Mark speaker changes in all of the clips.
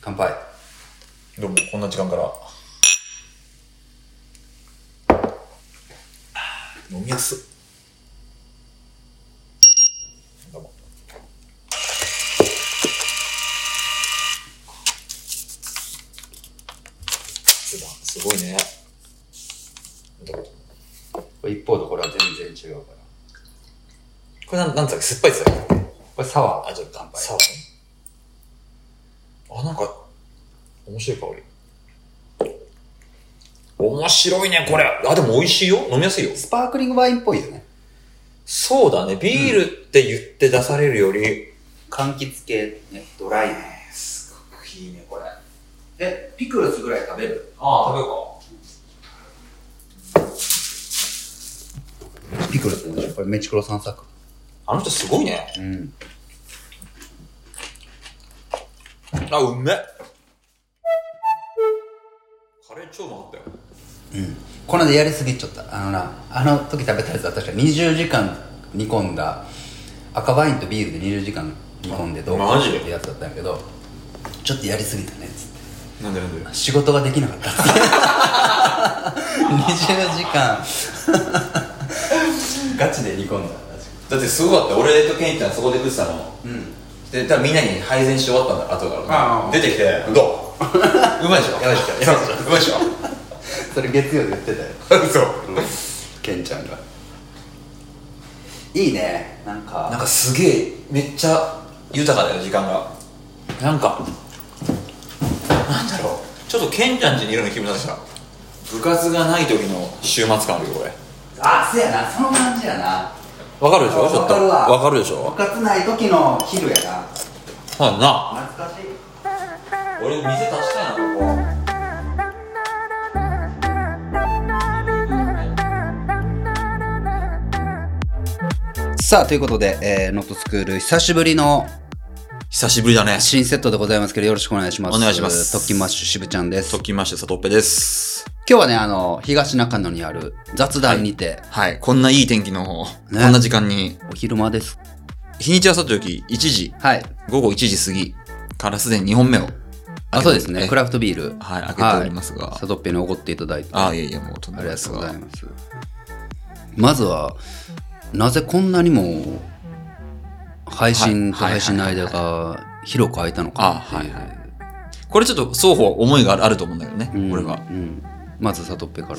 Speaker 1: 乾杯
Speaker 2: どうも、こんな時間から。飲みやすい。どうも。普段すごいね。
Speaker 1: これ一方とこれは全然違うから
Speaker 2: これなん、なんつったっけ酸っぱいやつだっけ
Speaker 1: これサワー
Speaker 2: あ、じゃあ
Speaker 1: 乾杯
Speaker 2: 乾杯。サワーねあ、なんか、面白い香り。面白いね、これ。あ、でも美味しいよ。飲みやすいよ。
Speaker 1: スパークリングワインっぽいよね
Speaker 2: そうだね。ビールって言って出されるより。
Speaker 1: 柑橘系ねドライね
Speaker 2: すごくいいね、これ。
Speaker 1: えピクルスぐらい食べる
Speaker 2: ああ、食べよ
Speaker 1: ピクルスでしょこれメチクロ散策
Speaker 2: うか。あの人すごいね。
Speaker 1: うん
Speaker 2: あ、うめカレー超うまかったよ。
Speaker 1: この間やりすぎちゃったあのなあの時食べたやつは確か20時間煮込んだ赤ワインとビールで20時間煮込んでどうこう
Speaker 2: マジ
Speaker 1: ってやつだったんやけどちょっとやりすぎたねっつって
Speaker 2: なんでなんで
Speaker 1: 仕事ができなかったっつって20時間ガチで煮込んだ
Speaker 2: だってすごかったよ俺とケンイちゃんそこで食ってたの
Speaker 1: うん
Speaker 2: で多分みんなに配膳し終わったんだ後から、
Speaker 1: ああ
Speaker 2: 出てきて「 どう? 」うまいでしょ
Speaker 1: やばいっし ょやばいっし
Speaker 2: うまいでしょ
Speaker 1: それ月曜で言ってたよ
Speaker 2: そう
Speaker 1: ケンちゃんがいいねなんか
Speaker 2: なんかすげえめっちゃ豊かだよ時間がなんかなんだろうちょっとケンちゃん家にいるの気分だした部活がない時の週末感あるよこれ
Speaker 1: あそうやなその感じやな
Speaker 2: わかるでしょちょ
Speaker 1: わ
Speaker 2: っと
Speaker 1: かるわ
Speaker 2: わかるでしょ
Speaker 1: 部活ない時の昼やな
Speaker 2: まあな
Speaker 1: 懐かしい
Speaker 2: 俺店出したいなここ
Speaker 1: さあということで、えー、ノットスクール久しぶりの
Speaker 2: 久しぶりだね
Speaker 1: 新セットでございますけどよろしくお願いします
Speaker 2: お願いします
Speaker 1: トッキンマッシュしぶちゃんです
Speaker 2: と
Speaker 1: 今
Speaker 2: きましてさとっぺです
Speaker 1: 日はねあの東中野にある雑談にて、
Speaker 2: はいこんないい天気の、
Speaker 1: ね
Speaker 2: こんな時間に
Speaker 1: お昼間です
Speaker 2: 日にちはさておき1時
Speaker 1: はい
Speaker 2: 午後1時過ぎからすでに2本目を
Speaker 1: あそうですね
Speaker 2: え
Speaker 1: クラフトビール
Speaker 2: はい開けておりますが、
Speaker 1: サトッペにおごっていただいてあ
Speaker 2: あいやいやもうとんで
Speaker 1: り
Speaker 2: もな
Speaker 1: が
Speaker 2: いです
Speaker 1: とう
Speaker 2: が
Speaker 1: ございますまずはなぜこんなにも配信と
Speaker 2: はいは
Speaker 1: 配
Speaker 2: いはいはい
Speaker 1: 信の間が広く空いたのかなっていう
Speaker 2: あはいはこれちょっと双方思いがあるあると思うんだけどね、
Speaker 1: うん
Speaker 2: 俺は
Speaker 1: うんまずサトッペから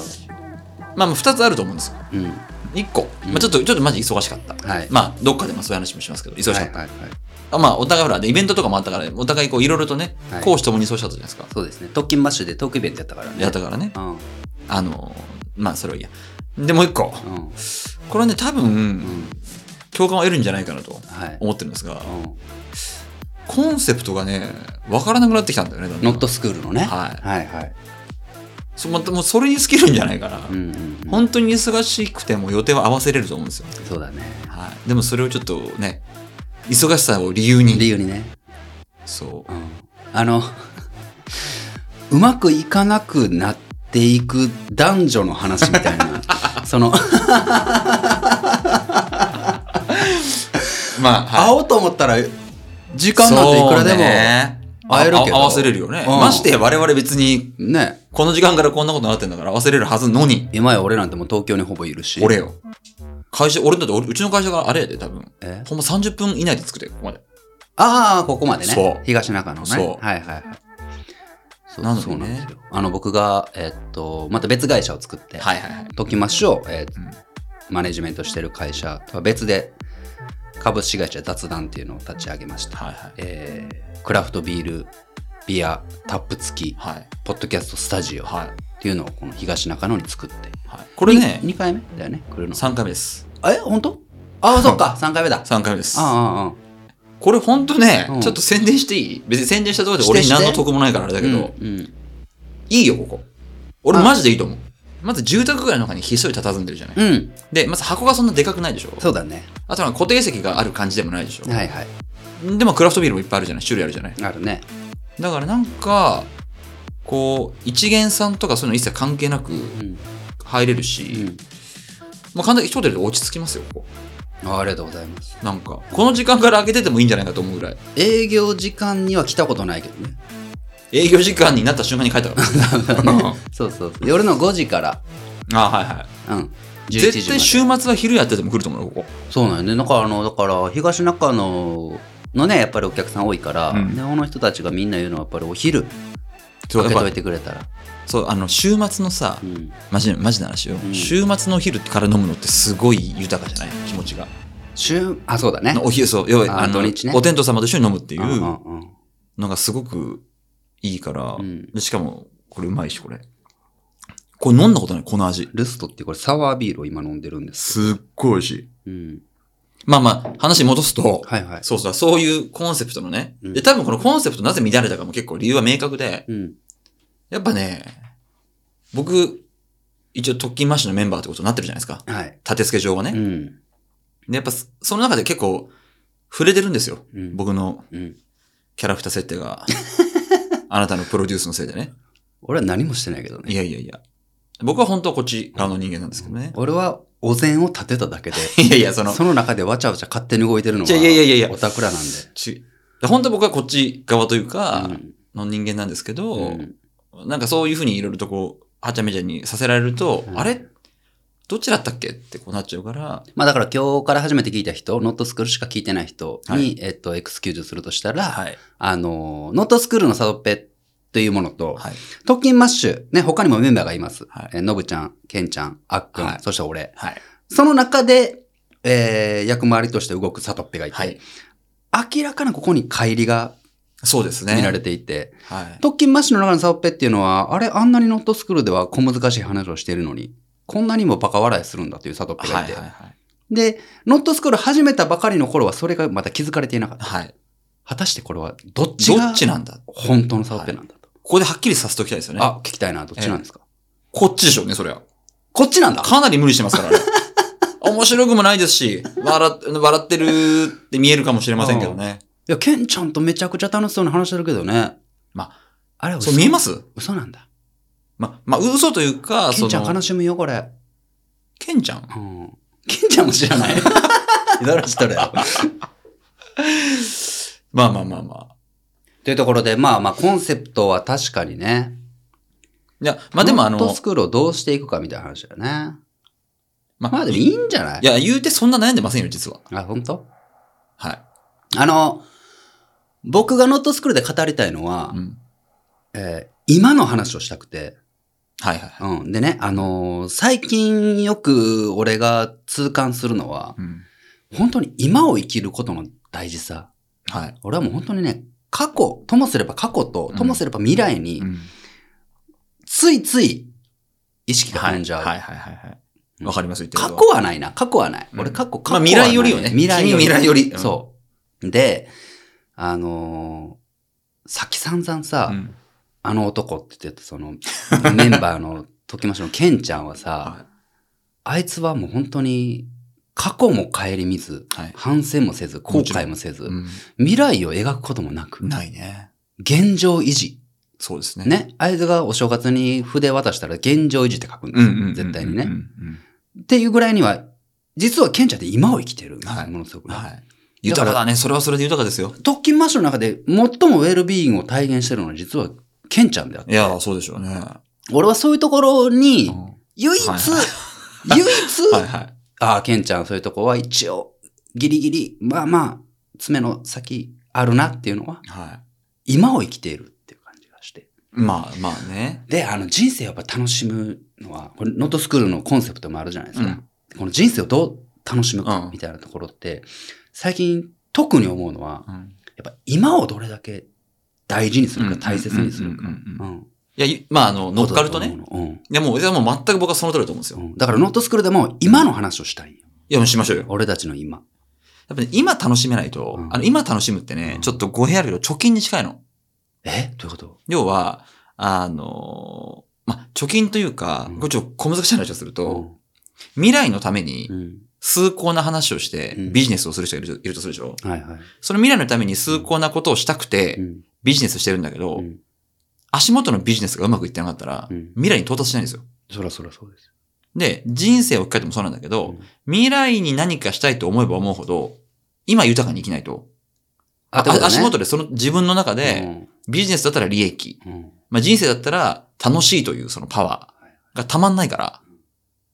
Speaker 2: まあまあ2つあると思うんですよ
Speaker 1: うん
Speaker 2: 1個、まあ、ちょっとちょっとマジ忙しかった、
Speaker 1: はい
Speaker 2: まあどっかでもそういう話もしますけど忙しかった、
Speaker 1: はいはいはい
Speaker 2: あまあお互いほらでイベントとかもあったからお互いこういろいろとね、
Speaker 1: はい
Speaker 2: 講師ともにそうしちゃったじゃないですか
Speaker 1: そうですね。特勤マッシュでトークイベントやったからね。
Speaker 2: やったからね
Speaker 1: うん。うん。
Speaker 2: あのまあそれはいいやでもう1個これはね多分、
Speaker 1: うん。
Speaker 2: 共感を得るんじゃないかなと
Speaker 1: はい。
Speaker 2: 思ってるんですが
Speaker 1: うん
Speaker 2: コンセプトがね分からなくなってきたんだよねだんだん
Speaker 1: ノットスクールのね。
Speaker 2: はい
Speaker 1: はいはい。
Speaker 2: そまたもうそれに尽きるんじゃないかな、
Speaker 1: うんうんうん。
Speaker 2: 本当に忙しくても予定は合わせれると思うんですよ、
Speaker 1: そうだね。
Speaker 2: はい、でもそれをちょっとね忙しさを理由に
Speaker 1: 理由にね。
Speaker 2: そ
Speaker 1: うん。あの、うまくいかなくなっていく男女の話みたい な。その、
Speaker 2: うまあ、はい
Speaker 1: 会おうと思ったら、時間なんていくらで
Speaker 2: そう
Speaker 1: も。ね。
Speaker 2: ね
Speaker 1: 会えるけど
Speaker 2: ああ合わせれるよね、
Speaker 1: うん
Speaker 2: ましてや我々別にこの時間からこんなことになってんだから合わせれるはずのに
Speaker 1: 今や俺なんてもう東京にほぼいるし。
Speaker 2: 俺。よ会社俺だって俺うちの会社があれやで多分
Speaker 1: え
Speaker 2: ほんま30分以内で作ってここまで
Speaker 1: ああ、ここまでね。
Speaker 2: そう
Speaker 1: 東中野ね。
Speaker 2: そう
Speaker 1: はいはいはい。そう
Speaker 2: なのにね
Speaker 1: そうなんですよ。あの、僕が、えっと、また別会社を作って、
Speaker 2: はいはいはい
Speaker 1: ときましを、えー
Speaker 2: うん
Speaker 1: マネジメントしてる会社とは別で、株式会社雑談っていうのを立ち上げました。
Speaker 2: はいはい
Speaker 1: えークラフトビール、ビア、タップ付き、
Speaker 2: はい
Speaker 1: ポッドキャストスタジオっ
Speaker 2: はい、
Speaker 1: ていうのをこの東中野に作って。
Speaker 2: はい、これね
Speaker 1: 2回目だよね、来るの。
Speaker 2: 3回目です
Speaker 1: え、本当あ あ、そっか、3回目だ。
Speaker 2: 3回目です
Speaker 1: ああ、ああ、
Speaker 2: これほんとね、
Speaker 1: うん
Speaker 2: ちょっと宣伝していい別に宣伝したところで俺に
Speaker 1: してして
Speaker 2: 何の得もないからあれだけど、
Speaker 1: うんうん。
Speaker 2: いいよ、ここ。俺
Speaker 1: あ
Speaker 2: マジでいいと思う。まず住宅街の中にひっそり佇んでるじゃない。
Speaker 1: うん、
Speaker 2: で、まず箱がそんなでかくないでしょ。
Speaker 1: そうだね。
Speaker 2: あとは固定席がある感じでもないでしょ。
Speaker 1: はいはい。
Speaker 2: でもクラフトビールもいっぱいあるじゃない。種類あるじゃない。
Speaker 1: あるね。
Speaker 2: だからなんか、こう、一元さんとかそういうの一切関係なく
Speaker 1: うん。
Speaker 2: 入れる
Speaker 1: う
Speaker 2: し、
Speaker 1: ん。
Speaker 2: まあ簡単に一人で落ち着きますよ、こ
Speaker 1: あありがとうございます。
Speaker 2: こ。なんか、この時間から開けててもいいんじゃないかと思うぐらい。
Speaker 1: 営業時間には来たことないけどね。
Speaker 2: 営業時間になった瞬間に帰ったから うん
Speaker 1: そうそう夜の5時から
Speaker 2: あはいは
Speaker 1: うん11時
Speaker 2: い
Speaker 1: まで
Speaker 2: 絶対週末は昼やってても来ると思うよここ
Speaker 1: そうなんよねだからあのだから東中野のねやっぱりお客さん多いから、
Speaker 2: うん
Speaker 1: でこの人たちがみんな言うのはやっぱりお昼
Speaker 2: そう
Speaker 1: か
Speaker 2: や
Speaker 1: け
Speaker 2: っぱ
Speaker 1: といてくれたら
Speaker 2: そうあの週末のさ、
Speaker 1: ん
Speaker 2: マジマジな話よ、
Speaker 1: ん
Speaker 2: 週末のお昼から飲むのってすごい豊かじゃない気持ちが
Speaker 1: 週あそうだね
Speaker 2: お昼そう要は
Speaker 1: あ
Speaker 2: あの
Speaker 1: 土日ね
Speaker 2: お天道様と一緒に飲むっていう
Speaker 1: うんうんうん
Speaker 2: のがすごくいいから、
Speaker 1: ん
Speaker 2: でしかもこれうまいしこれこれ飲んだことないこの味
Speaker 1: ルストっていうこれサワービールを今飲んでるんです、
Speaker 2: すっごい美味しい
Speaker 1: うん、
Speaker 2: まあまあ話戻すと、
Speaker 1: はいはい
Speaker 2: そうそうそういうコンセプトのね、
Speaker 1: うん
Speaker 2: で多分このコンセプトなぜ乱れたかも結構理由は明確で
Speaker 1: うん
Speaker 2: やっぱね僕一応特勤マッシュのメンバーってことになってるじゃないですか
Speaker 1: はい
Speaker 2: 立て付け上はね、
Speaker 1: うん
Speaker 2: で、やっぱそ、その中で結構、触れてるんですよ。
Speaker 1: うん
Speaker 2: 僕の
Speaker 1: うん
Speaker 2: キャラクター設定 が。あなたのプロデュースのせいでね。
Speaker 1: 俺は何もしてないけど
Speaker 2: い
Speaker 1: ね
Speaker 2: やいやいや。僕は本当はこっち側の人間なんですけどね。
Speaker 1: 俺はお膳を立てただけで
Speaker 2: いやいや、 その、
Speaker 1: その中でわちゃわちゃ勝手に動いてるの
Speaker 2: い
Speaker 1: が
Speaker 2: やいやいやいや
Speaker 1: オタクらなんで
Speaker 2: ち本当は僕はこっち側というか
Speaker 1: う、ん
Speaker 2: の人間なんですけど、
Speaker 1: うん
Speaker 2: なんかそういうふうにいろいろとこう、はちゃめちゃにさせられると、
Speaker 1: うん
Speaker 2: あれどっちだったっけってこうなっちゃうから、
Speaker 1: まあだから今日から初めて聞いた人、ノットスクールしか聞いてない人に、
Speaker 2: はい
Speaker 1: えっと、エクスキューズするとしたら、
Speaker 2: はい。
Speaker 1: あの、ノットスクールのサドペというものと、
Speaker 2: はい。
Speaker 1: 特勤マッシュ、ね、他にもメンバーがいます。
Speaker 2: はい
Speaker 1: えーのぶちゃん、けんちゃん、あっくん、
Speaker 2: はい
Speaker 1: そして俺。
Speaker 2: はい。
Speaker 1: その中で、えー役回りとして動くサトッペがいて、
Speaker 2: はい。
Speaker 1: 明らかなここに乖離が
Speaker 2: そうですね。
Speaker 1: 見られていて、
Speaker 2: はい。
Speaker 1: 特勤マッシュの中のサトッペっていうのは、あれ、あんなにノットスクールでは小難しい話をしているのに、こんなにもバカ笑いするんだというサトッペが
Speaker 2: はいい。
Speaker 1: て、
Speaker 2: はい。はい
Speaker 1: で、ノットスクール始めたばかりの頃はそれがまだ気づかれていなかった。
Speaker 2: はい。
Speaker 1: 果たしてこれはどっち
Speaker 2: ど
Speaker 1: が
Speaker 2: っちなんだ
Speaker 1: 本当のサドペなんだと。
Speaker 2: ここではっきりさせておきたいですよね。
Speaker 1: あ、聞きたいな、どっちなんですか、
Speaker 2: こっちでしょうね、そりゃ。
Speaker 1: こっちなんだ
Speaker 2: かなり無理してま すから、ね、面白くもないですし、笑っ笑ってるって見えるかもしれませんけどね。
Speaker 1: いや、ケンちゃんとめちゃくちゃ楽しそうに話してるけどね。
Speaker 2: ま
Speaker 1: あ、あれ嘘
Speaker 2: そう見えます
Speaker 1: 嘘なんだ。
Speaker 2: ま、まあ、嘘というか、
Speaker 1: ケ
Speaker 2: そ
Speaker 1: ンちゃん
Speaker 2: の、
Speaker 1: 悲しむよ、これ。
Speaker 2: ケンちゃん
Speaker 1: うん。ケンちゃんも知ら ない。誰知っとるやろ
Speaker 2: まあまあまあまあ。
Speaker 1: というところで、まあまあ、コンセプトは確かにね。
Speaker 2: いや、まあでもあの
Speaker 1: ノッ、トスクールをどうしていくかみたいな話だよね。
Speaker 2: ま
Speaker 1: まあでもい
Speaker 2: い
Speaker 1: いんじゃない
Speaker 2: や、言うてそんな悩んでませんよ、実は。
Speaker 1: あ、本当？
Speaker 2: はい。
Speaker 1: あの、僕がノットスクールで語りたいのは、
Speaker 2: うん。
Speaker 1: えー今の話をしたくて。
Speaker 2: はいはいはい。
Speaker 1: うん。でね、あのー最近よく俺が痛感するのは、
Speaker 2: うん。
Speaker 1: 本当に今を生きることの大事さ。
Speaker 2: はい。
Speaker 1: 俺はもう本当にね、過去、ともすれば過去と、
Speaker 2: うん
Speaker 1: ともすれば未来に、
Speaker 2: ん。
Speaker 1: ついつい意識が
Speaker 2: は
Speaker 1: 飛
Speaker 2: い
Speaker 1: んじゃう。
Speaker 2: はいはいはいはい。わかります、言ってる
Speaker 1: 過
Speaker 2: こと
Speaker 1: 去はないな、過去はない。
Speaker 2: うん
Speaker 1: 俺過去、過去
Speaker 2: ま
Speaker 1: は
Speaker 2: あ
Speaker 1: ない
Speaker 2: 未来よりよね
Speaker 1: 未来より。
Speaker 2: 君未来よりうん
Speaker 1: そう。で、あのーさっき散々さ、
Speaker 2: うん。
Speaker 1: あの男って言ってた、その、メンバーの、時増しのケンちゃんはさ、
Speaker 2: は
Speaker 1: あいつはもう本当に、過去も顧みず、
Speaker 2: い。はい。
Speaker 1: 反省もせず、後悔もせず、
Speaker 2: う
Speaker 1: 未来を描くこともなく、
Speaker 2: ん。ないね。
Speaker 1: 現状維持。
Speaker 2: そうですね。。
Speaker 1: ね。あいつがお正月に筆渡したら現状維持って書くんで
Speaker 2: う
Speaker 1: すよ。
Speaker 2: んうんうんうん。
Speaker 1: 絶対に
Speaker 2: う
Speaker 1: ね。
Speaker 2: んうん
Speaker 1: っていうぐらいには、実はケンちゃんって今を生きてるんですよ。
Speaker 2: はい
Speaker 1: ものすごく。
Speaker 2: はい。豊かだね。それはそれで豊かですよ。
Speaker 1: 特勤マッシュの中で最もウェルビーイングを体現してるのは実はケンちゃんであって。
Speaker 2: いや、そうでしょうね。
Speaker 1: 俺はそういうところに
Speaker 2: う、ん
Speaker 1: 唯一、
Speaker 2: は い
Speaker 1: 唯一、
Speaker 2: はいはい。
Speaker 1: ああ、ケンちゃんそういうとこは一応、ギリギリ、まあまあ、爪の先あるなっていうのは、
Speaker 2: はい。
Speaker 1: 今を生きているっていう感じがして。
Speaker 2: まあまあね。
Speaker 1: で、あの人生をやっぱ楽しむのは、これノートスクールのコンセプトもあるじゃないですか。
Speaker 2: うん
Speaker 1: この人生をどう楽しむ
Speaker 2: う
Speaker 1: か
Speaker 2: ん
Speaker 1: みたいなところって、最近特に思うのは、
Speaker 2: うん
Speaker 1: やっぱ今をどれだけ大事にするか大切にするか。
Speaker 2: うんうんうんうん
Speaker 1: うん
Speaker 2: いや、いまああの、乗っかる
Speaker 1: こ
Speaker 2: とね。
Speaker 1: だ思うの
Speaker 2: いやもう、いやもう全く僕はその通りだと思うんです
Speaker 1: う
Speaker 2: よ。
Speaker 1: んうんだからノートスクールでも今の話をしたいよ。
Speaker 2: いや、もうしましょうよ。
Speaker 1: 俺たちの今。
Speaker 2: やっぱね、今楽しめないと
Speaker 1: う、ん
Speaker 2: あの、今楽しむってね、ちょっと語弊あるけど、貯金に近いの。
Speaker 1: えどういうこと
Speaker 2: 要は、あの、まあ、貯金というか
Speaker 1: うん、
Speaker 2: これちょっと小難しい話をする
Speaker 1: う
Speaker 2: と、
Speaker 1: ん
Speaker 2: 未来のために
Speaker 1: うん
Speaker 2: 崇高な話をして
Speaker 1: うん
Speaker 2: ビジネスをする人がいるいるとするでしょ
Speaker 1: はいはい。
Speaker 2: その未来のために崇高なことをしたく
Speaker 1: う
Speaker 2: て
Speaker 1: ん
Speaker 2: ビジネスしてるんだけど、
Speaker 1: うん
Speaker 2: 足元のビジネスがうまくいってなかったら、
Speaker 1: うん
Speaker 2: 未来に到達しないんですよ。
Speaker 1: そらそらそうです。
Speaker 2: で、人生を置き換えてもそうなんだけど、
Speaker 1: うん
Speaker 2: 未来に何かしたいと思えば思うほど、今豊かに生きないと。
Speaker 1: あ
Speaker 2: あ足元でその自分の中で、
Speaker 1: うん
Speaker 2: ビジネスだったら利益。
Speaker 1: うん
Speaker 2: まあ、人生だったら楽しいというそのパワーがたまんないから、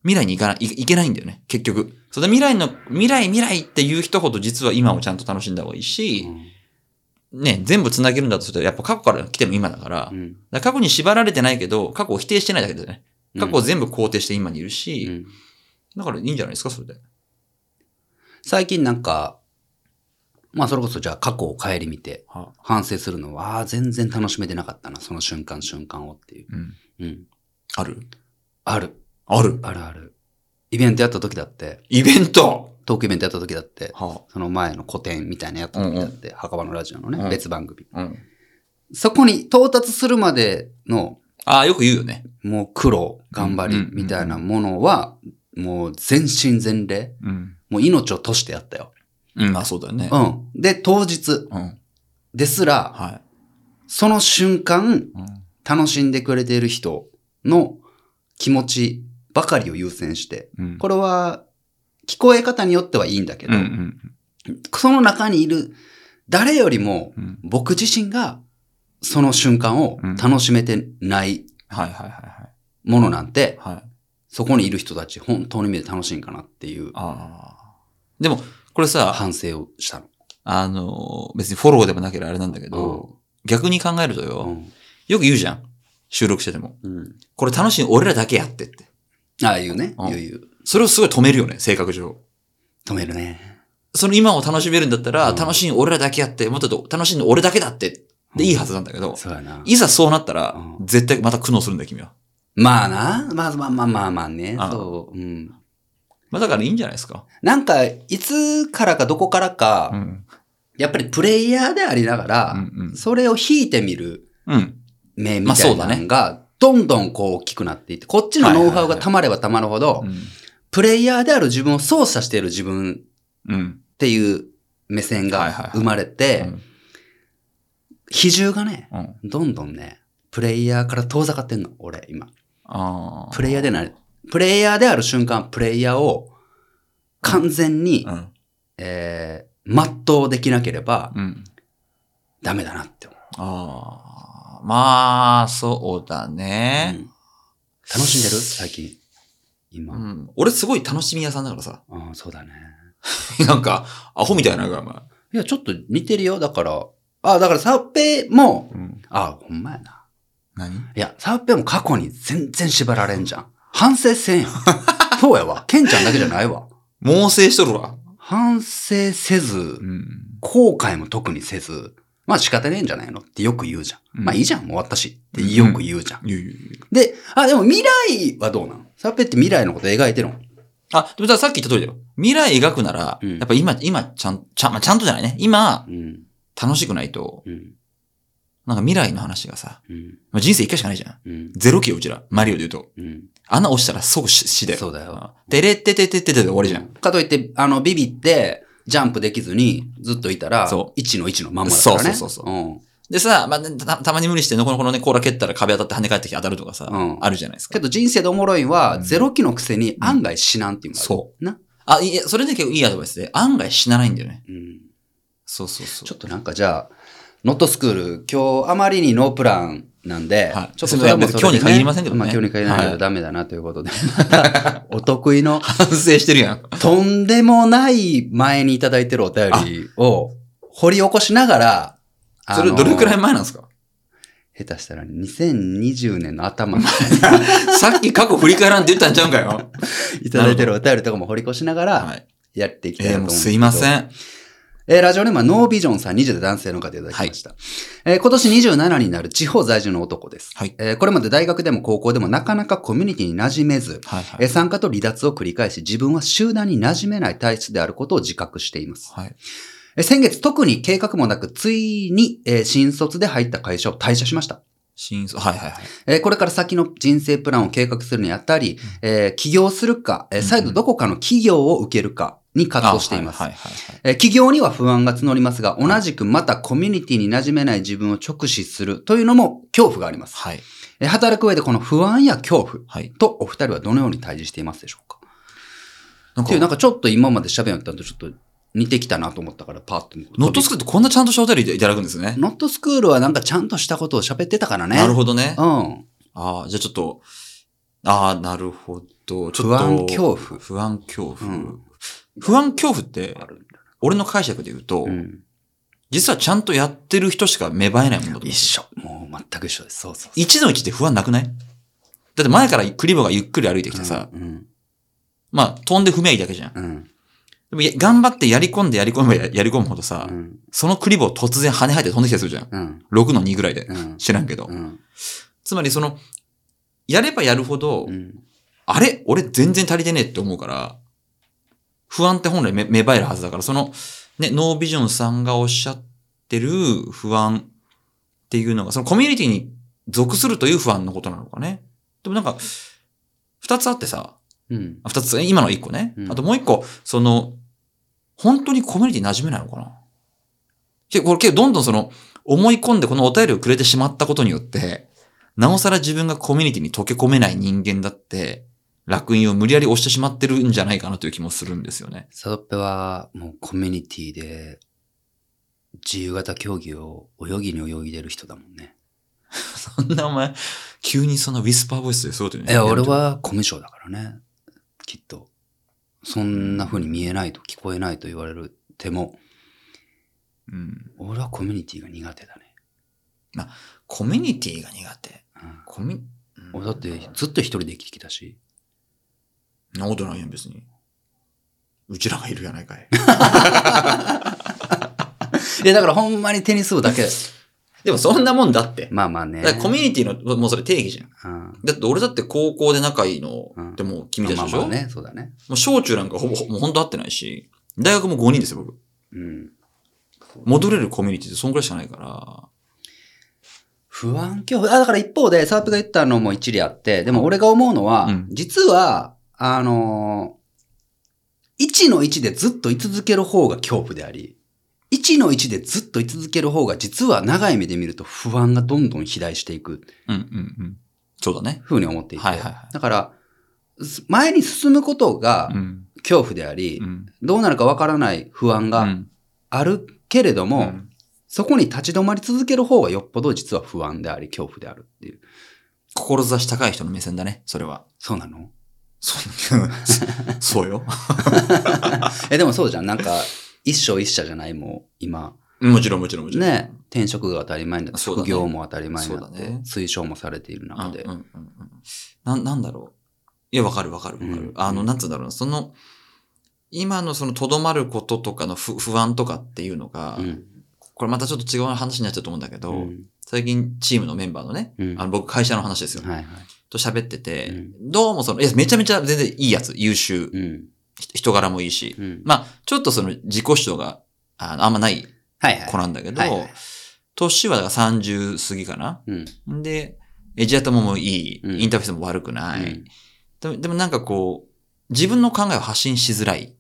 Speaker 2: 未来に行かない、いいけないんだよね、結局。それで未来の、未来未来っていう人ほど実は今をちゃんと楽しんだ方がいいし、ね、全部繋げるんだとすると、やっぱ過去から来ても今だか
Speaker 1: う
Speaker 2: ら、だか
Speaker 1: ん
Speaker 2: ら過去に縛られてないけど、過去を否定してないだけだよね。
Speaker 1: うん
Speaker 2: 過去を全部肯定して今にいるし、
Speaker 1: うん
Speaker 2: だからいいんじゃないですか、それで。
Speaker 1: 最近なんか、まあそれこそじゃあ過去を顧みて
Speaker 2: は
Speaker 1: 反省するのは、ああ、全然楽しめてなかったな、その瞬間瞬間をっていう。
Speaker 2: うん。
Speaker 1: うん。
Speaker 2: ある
Speaker 1: ある。
Speaker 2: ある
Speaker 1: あるある。イベントやった時だって、
Speaker 2: イベント
Speaker 1: トークイベントやった時だって、
Speaker 2: は
Speaker 1: その前の個展みたいなやった時だって、墓場のラジオのね、
Speaker 2: うん
Speaker 1: 別番組。
Speaker 2: あ、うん。
Speaker 1: そこに到達するまでの、
Speaker 2: ああ、よく言うよね。
Speaker 1: もう苦労、頑張
Speaker 2: うん
Speaker 1: り
Speaker 2: うん
Speaker 1: みたいなものは、もう全身全霊、
Speaker 2: うん。
Speaker 1: もう命を賭してやったよ。
Speaker 2: うん、まあそうだよね。
Speaker 1: うん。で、当日
Speaker 2: うん。
Speaker 1: ですら、
Speaker 2: は
Speaker 1: その瞬間、
Speaker 2: い。うん。
Speaker 1: 楽しんでくれている人の気持ちばかりを優先して、
Speaker 2: うん
Speaker 1: これは聞こえ方によってはいいんだけど、
Speaker 2: うんうん
Speaker 1: その中にいる誰よりも
Speaker 2: うん。
Speaker 1: 僕自身がその瞬間を楽しめてない
Speaker 2: はいはいは
Speaker 1: ものなんて
Speaker 2: い、はい。はい。
Speaker 1: そこにいる人たち本当の意味で楽しいんかなっていう
Speaker 2: ああ。でも、これさ、
Speaker 1: 反省をしたの。
Speaker 2: あの、別にフォローでもなければあれなんだけど、逆に考えると
Speaker 1: う
Speaker 2: よ、
Speaker 1: ん。
Speaker 2: よく言うじゃん。収録してても。
Speaker 1: うん。
Speaker 2: これ楽しい俺らだけやってって。
Speaker 1: ああいうね、
Speaker 2: うん
Speaker 1: 言う言う。
Speaker 2: それをすごい止めるよね、性格上。
Speaker 1: 止めるね。
Speaker 2: その今を楽しめるんだったら、
Speaker 1: うん
Speaker 2: 楽しい俺らだけやって、もっと楽しいの俺だけだって、でいいはずなんだけど、
Speaker 1: そうやな。
Speaker 2: いざそうなったら、
Speaker 1: うん
Speaker 2: 絶対また苦悩するんだよ、君は。
Speaker 1: まあな、まあまあまあまあまあね、
Speaker 2: ああ
Speaker 1: そう。うん。
Speaker 2: まあだからいいんじゃないですか。
Speaker 1: なんか、いつからかどこからか、
Speaker 2: ん。
Speaker 1: やっぱりプレイヤーでありながら、
Speaker 2: うん
Speaker 1: それを引いてみる
Speaker 2: うん。うん。
Speaker 1: 目み
Speaker 2: まあ
Speaker 1: た
Speaker 2: そ
Speaker 1: いう
Speaker 2: だ
Speaker 1: な
Speaker 2: ね
Speaker 1: のが、どんどんこう大きくなっていって、こっちのノウハウが溜まれば溜まるほど、プレイヤーである自分を操作している自分
Speaker 2: うん。
Speaker 1: っていう目線
Speaker 2: はいはいは
Speaker 1: が
Speaker 2: い
Speaker 1: 生まれ
Speaker 2: う
Speaker 1: て、
Speaker 2: ん。
Speaker 1: 比重がね、
Speaker 2: うん。
Speaker 1: どんどんね、プレイヤーから遠ざかってんの、俺、今。
Speaker 2: ああ。
Speaker 1: プレイヤーでなプレイヤーである瞬間、プレイヤーを完全に、
Speaker 2: うん。
Speaker 1: えー、全うできなければ、
Speaker 2: うん。
Speaker 1: ダメだなって思う。
Speaker 2: ああ。まあ、そうだ
Speaker 1: う
Speaker 2: ね。
Speaker 1: ん楽しんでる最近。今。
Speaker 2: うん。俺すごい楽しみ屋さんだからさ。
Speaker 1: ああ、そうだね。
Speaker 2: なんか、アホみたいな、お前。
Speaker 1: いや、ちょっと似てるよ。だから、あだから、サッペも、
Speaker 2: うん。
Speaker 1: あほんまやな。
Speaker 2: 何
Speaker 1: いや、サッペも過去に全然縛られんじゃん。反省せん やん。そうやわ。ケンちゃんだけじゃないわ。
Speaker 2: 猛省しとるわ。
Speaker 1: 反省せず、
Speaker 2: ん。
Speaker 1: 後悔も特にせず、まあ仕方ねえんじゃないのってよく言うじゃん。
Speaker 2: うん
Speaker 1: まあいいじゃん、もう終わったしってよく言うじゃん。
Speaker 2: ゆうゆうゆう
Speaker 1: で、あ、でも未来はどうなのサッペって未来のこと描いてるの
Speaker 2: あ、でもささっき言った通りだよ。未来描くなら、
Speaker 1: うん
Speaker 2: やっぱ今、今、ちゃん、ちゃん、まあ、ちゃんとじゃないね。今
Speaker 1: う、ん。
Speaker 2: 楽しくないと、
Speaker 1: うん。
Speaker 2: なんか未来の話がさ、
Speaker 1: うん。
Speaker 2: まあ、人生一回しかないじゃん。
Speaker 1: うん。
Speaker 2: ゼロ期よ、うちら。マリオで言うと。
Speaker 1: うん。
Speaker 2: 穴落ちたら即死死だよ。
Speaker 1: そうだよ。
Speaker 2: てれってててててで終わりじゃん。
Speaker 1: かといって、あの、ビビって、ジャンプできずに、ずっといたら、
Speaker 2: そ
Speaker 1: 1の1のまんまだからね。
Speaker 2: そうそうそう
Speaker 1: う。ん。
Speaker 2: でさ、まあ、ねた、たまに無理して、のこのこのね、甲羅蹴ったら壁当たって跳ね返ってきて当たるとかさ、
Speaker 1: うん
Speaker 2: あるじゃないですか
Speaker 1: け。ど人生でおもろいんは、
Speaker 2: うん
Speaker 1: ゼロ期のくせに案外死なんっていうのがある
Speaker 2: そ
Speaker 1: な。
Speaker 2: あ、いや、それで結構いいアドバイスで、案外死なないんだよね。
Speaker 1: うん。
Speaker 2: そうそうそう。
Speaker 1: ちょっとなんかじゃあ、ノットスクール、今日あまりにノープランなんで、
Speaker 2: はい
Speaker 1: ちょっとそれはもう
Speaker 2: すいませ
Speaker 1: それで
Speaker 2: ん今日に限りませんけどね
Speaker 1: まあ今日に限らないけ
Speaker 2: は
Speaker 1: ど
Speaker 2: い
Speaker 1: ダメだなということで、またお得意の、
Speaker 2: 反省してるやん。
Speaker 1: とんでもない前にいただいてるお便りを掘り起こしながら、
Speaker 2: それどれくら
Speaker 1: い
Speaker 2: い前なんで すか
Speaker 1: 下手したら2020年の頭ま
Speaker 2: さっき過去振り返らんって言ったんちゃうん かよ。
Speaker 1: でいただいてるお便りとかも掘り越しなが
Speaker 2: は
Speaker 1: ら
Speaker 2: い。
Speaker 1: やっていきたいな
Speaker 2: え
Speaker 1: と
Speaker 2: ー、
Speaker 1: 思うで
Speaker 2: もうん
Speaker 1: すすけ
Speaker 2: い
Speaker 1: ど
Speaker 2: ません。
Speaker 1: えーラジオネームはノービジョンさん20代男性の方でいただきました。えー今年27になる地方在住の男です。
Speaker 2: はい
Speaker 1: えーこれまで大学でも高校でもなかなかコミュニティに馴染めず、
Speaker 2: はいは
Speaker 1: えー
Speaker 2: い。
Speaker 1: 参加と離脱を繰り返し自分は集団に馴染めない体質であることを自覚しています。
Speaker 2: はい。
Speaker 1: えー先月特に計画もなく、ついに、えー新卒で入った会社を退社しました。
Speaker 2: 真相、はいはいはい。
Speaker 1: えーこれから先の人生プランを計画するにあたり、えー起業するか、えー再度どこかの企業を受けるかに葛藤しています
Speaker 2: あは。いはいはい。
Speaker 1: えー企業には不安が募りますが、同じくまたコミュニティに馴染めない自分を直視するというのも恐怖があります。
Speaker 2: はい。
Speaker 1: えー働く上でこの不安や恐怖
Speaker 2: はい。
Speaker 1: とお二人はどのように対峙していますでしょうか
Speaker 2: な
Speaker 1: っていう、なんかちょっと今まで喋んやったんとちょっと似てきたなと思ったからパッと
Speaker 2: ノットスクールってこんなちゃんとしたお便りいただくんですね。
Speaker 1: ノットスクールはなんかちゃんとしたことを喋ってたからね
Speaker 2: なるほどね。
Speaker 1: うん
Speaker 2: ああ、じゃあちょっと、ああ、なるほど。ちょっと。
Speaker 1: 不安恐怖
Speaker 2: 不安恐怖。
Speaker 1: うん
Speaker 2: 不安恐怖って
Speaker 1: あるんだ、
Speaker 2: 俺の解釈で言うと、
Speaker 1: うん、
Speaker 2: 実はちゃんとやってる人しか芽生えないものだと思う
Speaker 1: 一緒もう全く一緒ですそうそうそう
Speaker 2: 一の一って不安なくないだって前からクリボがゆっくり歩いてきてさ、
Speaker 1: うん
Speaker 2: まあ飛んで踏めばいいだけじゃん。
Speaker 1: うん
Speaker 2: でもや頑張ってやり込んでやり込めばややり込むほどさ、
Speaker 1: うん
Speaker 2: そのクリボを突然跳ね生えて飛んできたりするじゃん。
Speaker 1: うん
Speaker 2: 6の2ぐらいで。
Speaker 1: うん
Speaker 2: 知らんけど。
Speaker 1: うん
Speaker 2: つまりその、やればやるほど、
Speaker 1: うん
Speaker 2: あれ俺全然足りてねえって思うから、不安って本来め芽生えるはずだから、その、ね、ノービジョンさんがおっしゃってる不安っていうのが、そのコミュニティに属するという不安のことなのかね。でもなんか、二つあってさ、
Speaker 1: うん
Speaker 2: あ二つ、今の一個ね。
Speaker 1: うん
Speaker 2: あともう一個、その、本当にコミュニティに馴染めないのかなけこれ、けどどんどんその、思い込んでこのお便りをくれてしまったことによって、なおさら自分がコミュニティに溶け込めない人間だって、楽印を無理やり押してしまってるんじゃないかなという気もするんですよね。
Speaker 1: サドッペはもうコミュニティで自由形競技を泳ぎに泳ぎでる人だもんね。
Speaker 2: そんなお前、急にそんなウィスパーボイスでそういうこと言う
Speaker 1: いや、俺。はコミュ障だからね。きっと。そんな風に見えないと聞こえないと言われるても、
Speaker 2: うん。
Speaker 1: 俺はコミュニティが苦手だね。
Speaker 2: コミュニティが苦手。コミ、
Speaker 1: うん、俺だって
Speaker 2: そ
Speaker 1: ずっと一人で生きてきた し。
Speaker 2: んなことないやん、別に。うちらがいるやないか い。
Speaker 1: いや、だからほんまにテニス部だけ。
Speaker 2: でもそんなもんだって。
Speaker 1: まあまあね。
Speaker 2: だからコミュニティの、もうそれ定義じゃん。
Speaker 1: うん
Speaker 2: だって俺だって高校で仲いいの
Speaker 1: うん、
Speaker 2: でも君たち
Speaker 1: まあ
Speaker 2: でし
Speaker 1: ま
Speaker 2: ょ、
Speaker 1: あね、そうだね。
Speaker 2: もう小中なんかほぼ、ほもうほんと会ってないし、大学も5人ですよ、僕。
Speaker 1: うん。
Speaker 2: 戻れるコミュニティってそんくらいしかないから。
Speaker 1: 不安恐怖。あ、だから一方で、サープが言ったのも一理あって、でも俺が思うのは、
Speaker 2: うん
Speaker 1: 実は、あのー、1の1でずっと居続ける方が恐怖であり、1の1でずっと居続ける方が、実は長い目で見ると不安がどんどん肥大していく、
Speaker 2: うんうんうん。そうだね。
Speaker 1: ふうに思っていて。
Speaker 2: はいはいはい
Speaker 1: だから、す前に進むことが
Speaker 2: うん。
Speaker 1: 恐怖であり、
Speaker 2: うん。
Speaker 1: どうなるかわからない不安
Speaker 2: う
Speaker 1: が
Speaker 2: ん
Speaker 1: あるけれども、
Speaker 2: うん
Speaker 1: そこに立ち止まり続ける方がよっぽど実は不安であり、恐怖であるっていう。
Speaker 2: 志高い人の目線だね、それは。
Speaker 1: そうなの
Speaker 2: そそう よ。
Speaker 1: え、でもそうじゃん。なんか、一生一社じゃないもん、今。
Speaker 2: もちろんもちろんもちろん。
Speaker 1: ね、転職が当たり前になって、
Speaker 2: そうだね
Speaker 1: 副業も当たり前になって、
Speaker 2: そうだね
Speaker 1: 推奨もされている中で。
Speaker 2: うんうんうんうんななんだろういやわかるわかるわかる、
Speaker 1: うん
Speaker 2: あの
Speaker 1: うん
Speaker 2: なんつうんだろうなその今のそのとどまることとかの不不安とかっていうのが、
Speaker 1: うん。
Speaker 2: これまたちょっと違う話になっちゃうと思うんだけど、
Speaker 1: うん
Speaker 2: 最近チームのメンバーのね、
Speaker 1: うん
Speaker 2: あの僕会社の話ですよ、
Speaker 1: はいはい。
Speaker 2: と喋ってて、
Speaker 1: う
Speaker 2: どうもそのいやめちゃめちゃ全然いいやつ優秀、
Speaker 1: うん。
Speaker 2: ひ人柄もいいし、
Speaker 1: うん。
Speaker 2: まあちょっとその自己主張があのあんまない
Speaker 1: はいはい。
Speaker 2: 子なんだけど、
Speaker 1: はいはい
Speaker 2: 年はだから30過ぎかな
Speaker 1: うん。
Speaker 2: で、エジアタももういい、
Speaker 1: うん
Speaker 2: インターフェースも悪くない、
Speaker 1: うん
Speaker 2: でも。でもなんかこう、自分の考えを発信しづらい。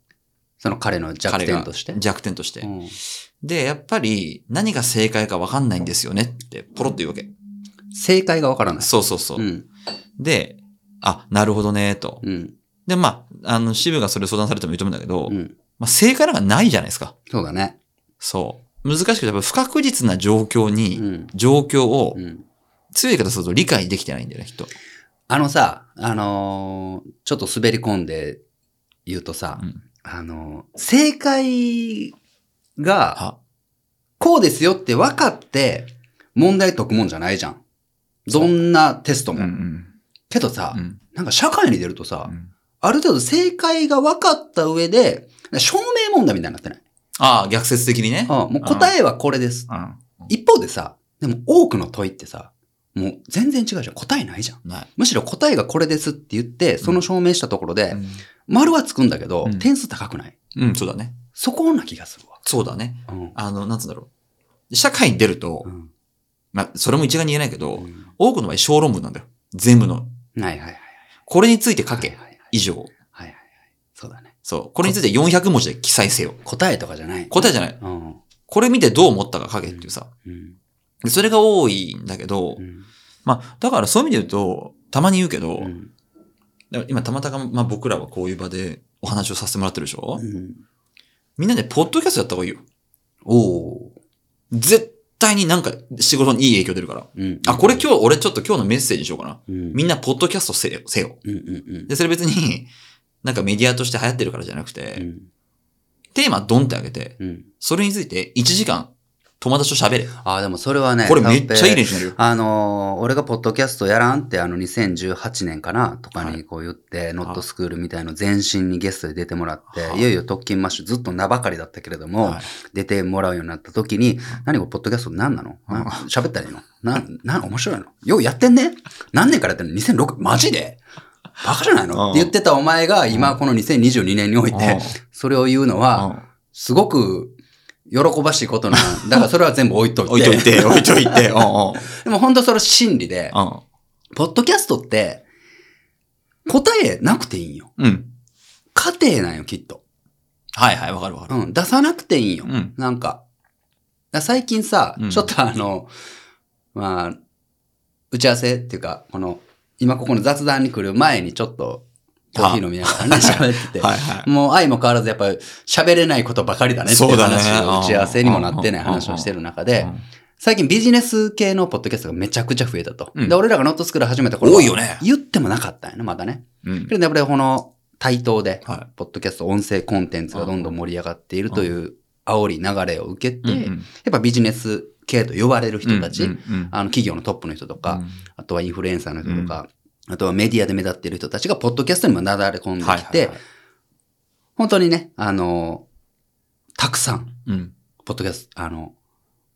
Speaker 1: その彼の弱点として。
Speaker 2: 彼が弱点として。
Speaker 1: うん
Speaker 2: で、やっぱり何が正解かわかんないんですよねって、ポロって言うわけ。
Speaker 1: 正解がわからない。
Speaker 2: そうそうそう。
Speaker 1: うん。
Speaker 2: で、あ、なるほどね、と。
Speaker 1: うん。
Speaker 2: で、まあ、あの、支部がそれを相談されても認めるんだけど、
Speaker 1: うん。
Speaker 2: まあ、正解なんかないじゃないですか。
Speaker 1: そうだね。
Speaker 2: そう。難しくて、やっぱ不確実な状況
Speaker 1: う
Speaker 2: に、
Speaker 1: ん。
Speaker 2: 状況を
Speaker 1: うん。
Speaker 2: 強い言い方すると理解できてないんだよね、人。
Speaker 1: あのさ、あのーちょっと滑り込んで言うとさ、
Speaker 2: うん
Speaker 1: あのー正解が、
Speaker 2: あ、
Speaker 1: こうですよって分かって問題解くもんじゃないじゃん。どんなテスト
Speaker 2: うん
Speaker 1: も。
Speaker 2: うん。
Speaker 1: けどさ、
Speaker 2: うん
Speaker 1: なんか社会に出ると
Speaker 2: う
Speaker 1: さ、
Speaker 2: ん。
Speaker 1: ある程度正解が分かった上で、証明問題みたいになってない。
Speaker 2: ああ、逆説的に
Speaker 1: うん
Speaker 2: ね。
Speaker 1: もう答えはこれです。
Speaker 2: うん。
Speaker 1: 一方でさ、でも多くの問いってさ、もう全然違うじゃん。答えないじゃん。
Speaker 2: ない。
Speaker 1: むしろ答えがこれですって言って、その証明したところで、丸はつくんだけど、
Speaker 2: うん
Speaker 1: 点数高くない。
Speaker 2: うん、そうだね。
Speaker 1: そこな気がするわ。
Speaker 2: そうだね。
Speaker 1: うん。
Speaker 2: あの、なんつうんだろう。社会に出ると
Speaker 1: う、ん。
Speaker 2: まあ、それも一概に言えないけど、
Speaker 1: うん
Speaker 2: 多くの場合、小論文なんだよ。全部の。
Speaker 1: はいはいはい。
Speaker 2: これについて書
Speaker 1: は
Speaker 2: け
Speaker 1: い。はいはい
Speaker 2: 以上。
Speaker 1: はいはいはい。そうだね。
Speaker 2: そう。これについて400文字で記載せよ。
Speaker 1: 答えとかじゃない。
Speaker 2: 答えじゃない。
Speaker 1: うん。
Speaker 2: これ見てどう思ったか書けっていうさ。
Speaker 1: うん。
Speaker 2: でそれが多いんだけど
Speaker 1: う、ん
Speaker 2: まあ、だからそういう意味で言うと、たまに言うけど、
Speaker 1: うん
Speaker 2: だから今たまたま、まあ、僕らはこういう場でお話をさせてもらってるでしょ、
Speaker 1: うん
Speaker 2: みんなでポッドキャストやった方がいいよ。
Speaker 1: おー。
Speaker 2: 絶対になんか仕事にいい影響出るから。
Speaker 1: うん。
Speaker 2: あ、これ今日、俺ちょっと今日のメッセージにしようかな。
Speaker 1: うん、
Speaker 2: みんなポッドキャストせよ、せよ。
Speaker 1: うんうんうん
Speaker 2: で、それ別に、 なんかメディアとして流行ってるからじゃなくて、
Speaker 1: うん。
Speaker 2: テーマドンってあげて、
Speaker 1: うん。
Speaker 2: それについて1時間友達と喋れ。
Speaker 1: ああ、でもそれはね、
Speaker 2: これめっちゃいい
Speaker 1: ね。
Speaker 2: 練習になるよ。
Speaker 1: あのー俺がポッドキャストやらんって、あの、2018年かなとか
Speaker 2: は
Speaker 1: にこう言って、ノットスクールみたいの全身にゲストで出てもらって、
Speaker 2: はい
Speaker 1: い、よいよ特勤マッシュずっと名ばかりだったけれども、
Speaker 2: はい
Speaker 1: 出てもらうようになった時に、何これ、ポッドキャスト何なのな喋ったらいいのな、な、面白いのようやってんね何年からやってんの ?2006? マジでバカじゃない
Speaker 2: うん
Speaker 1: のって言ってたお前が今この2022年において、それを言うのは、すごく喜ばしいことなの。だからそれは全部置いとい
Speaker 2: うん
Speaker 1: て。
Speaker 2: 置いといて、置いといて。うんうん
Speaker 1: でも本当それ真理で、ポッドキャストって、答えなくていいんよ。
Speaker 2: うん。うん。
Speaker 1: 家庭なんよ、きっと。
Speaker 2: はいはい、わかるわかる。
Speaker 1: うん、出さなくていいんよ。
Speaker 2: うん。
Speaker 1: なんか。だ最近さ、
Speaker 2: うん
Speaker 1: ちょっとあの、まあ、打ち合わせっていうか、この、今ここの雑談に来る前にちょっと、コーヒー飲みながらね、喋ってて。
Speaker 2: はいは
Speaker 1: もう愛も変わらずやっぱり喋れないことばかりだねってい
Speaker 2: そううだね
Speaker 1: 話を打ち合わせにもなってない
Speaker 2: うん
Speaker 1: 話をしてる中
Speaker 2: い。
Speaker 1: で
Speaker 2: う、ん
Speaker 1: 最近ビジネス系のポッドキャストがめちゃくちゃ増えたと。
Speaker 2: うん
Speaker 1: で、俺らがノットスクール始めた頃は
Speaker 2: 多いよね
Speaker 1: 言ってもなかったんやね、まだね。
Speaker 2: うん
Speaker 1: け。どね、やっぱりこの対等で、
Speaker 2: は
Speaker 1: ポッドキャスト音声コンテンツがどんどん盛り上がっているという煽り流れを受けて、
Speaker 2: い。
Speaker 1: やっぱビジネス系と呼ばれる人たち、
Speaker 2: と
Speaker 1: あの企業のトップの人とか、あとはインフルエンサーの人とか、あとはメディアで目立っている人たちがポッドキャストにもなだれ込んできて、
Speaker 2: はいはいはい
Speaker 1: 本当にね、あの、たくさん、
Speaker 2: うん
Speaker 1: ポッドキャスト、あの、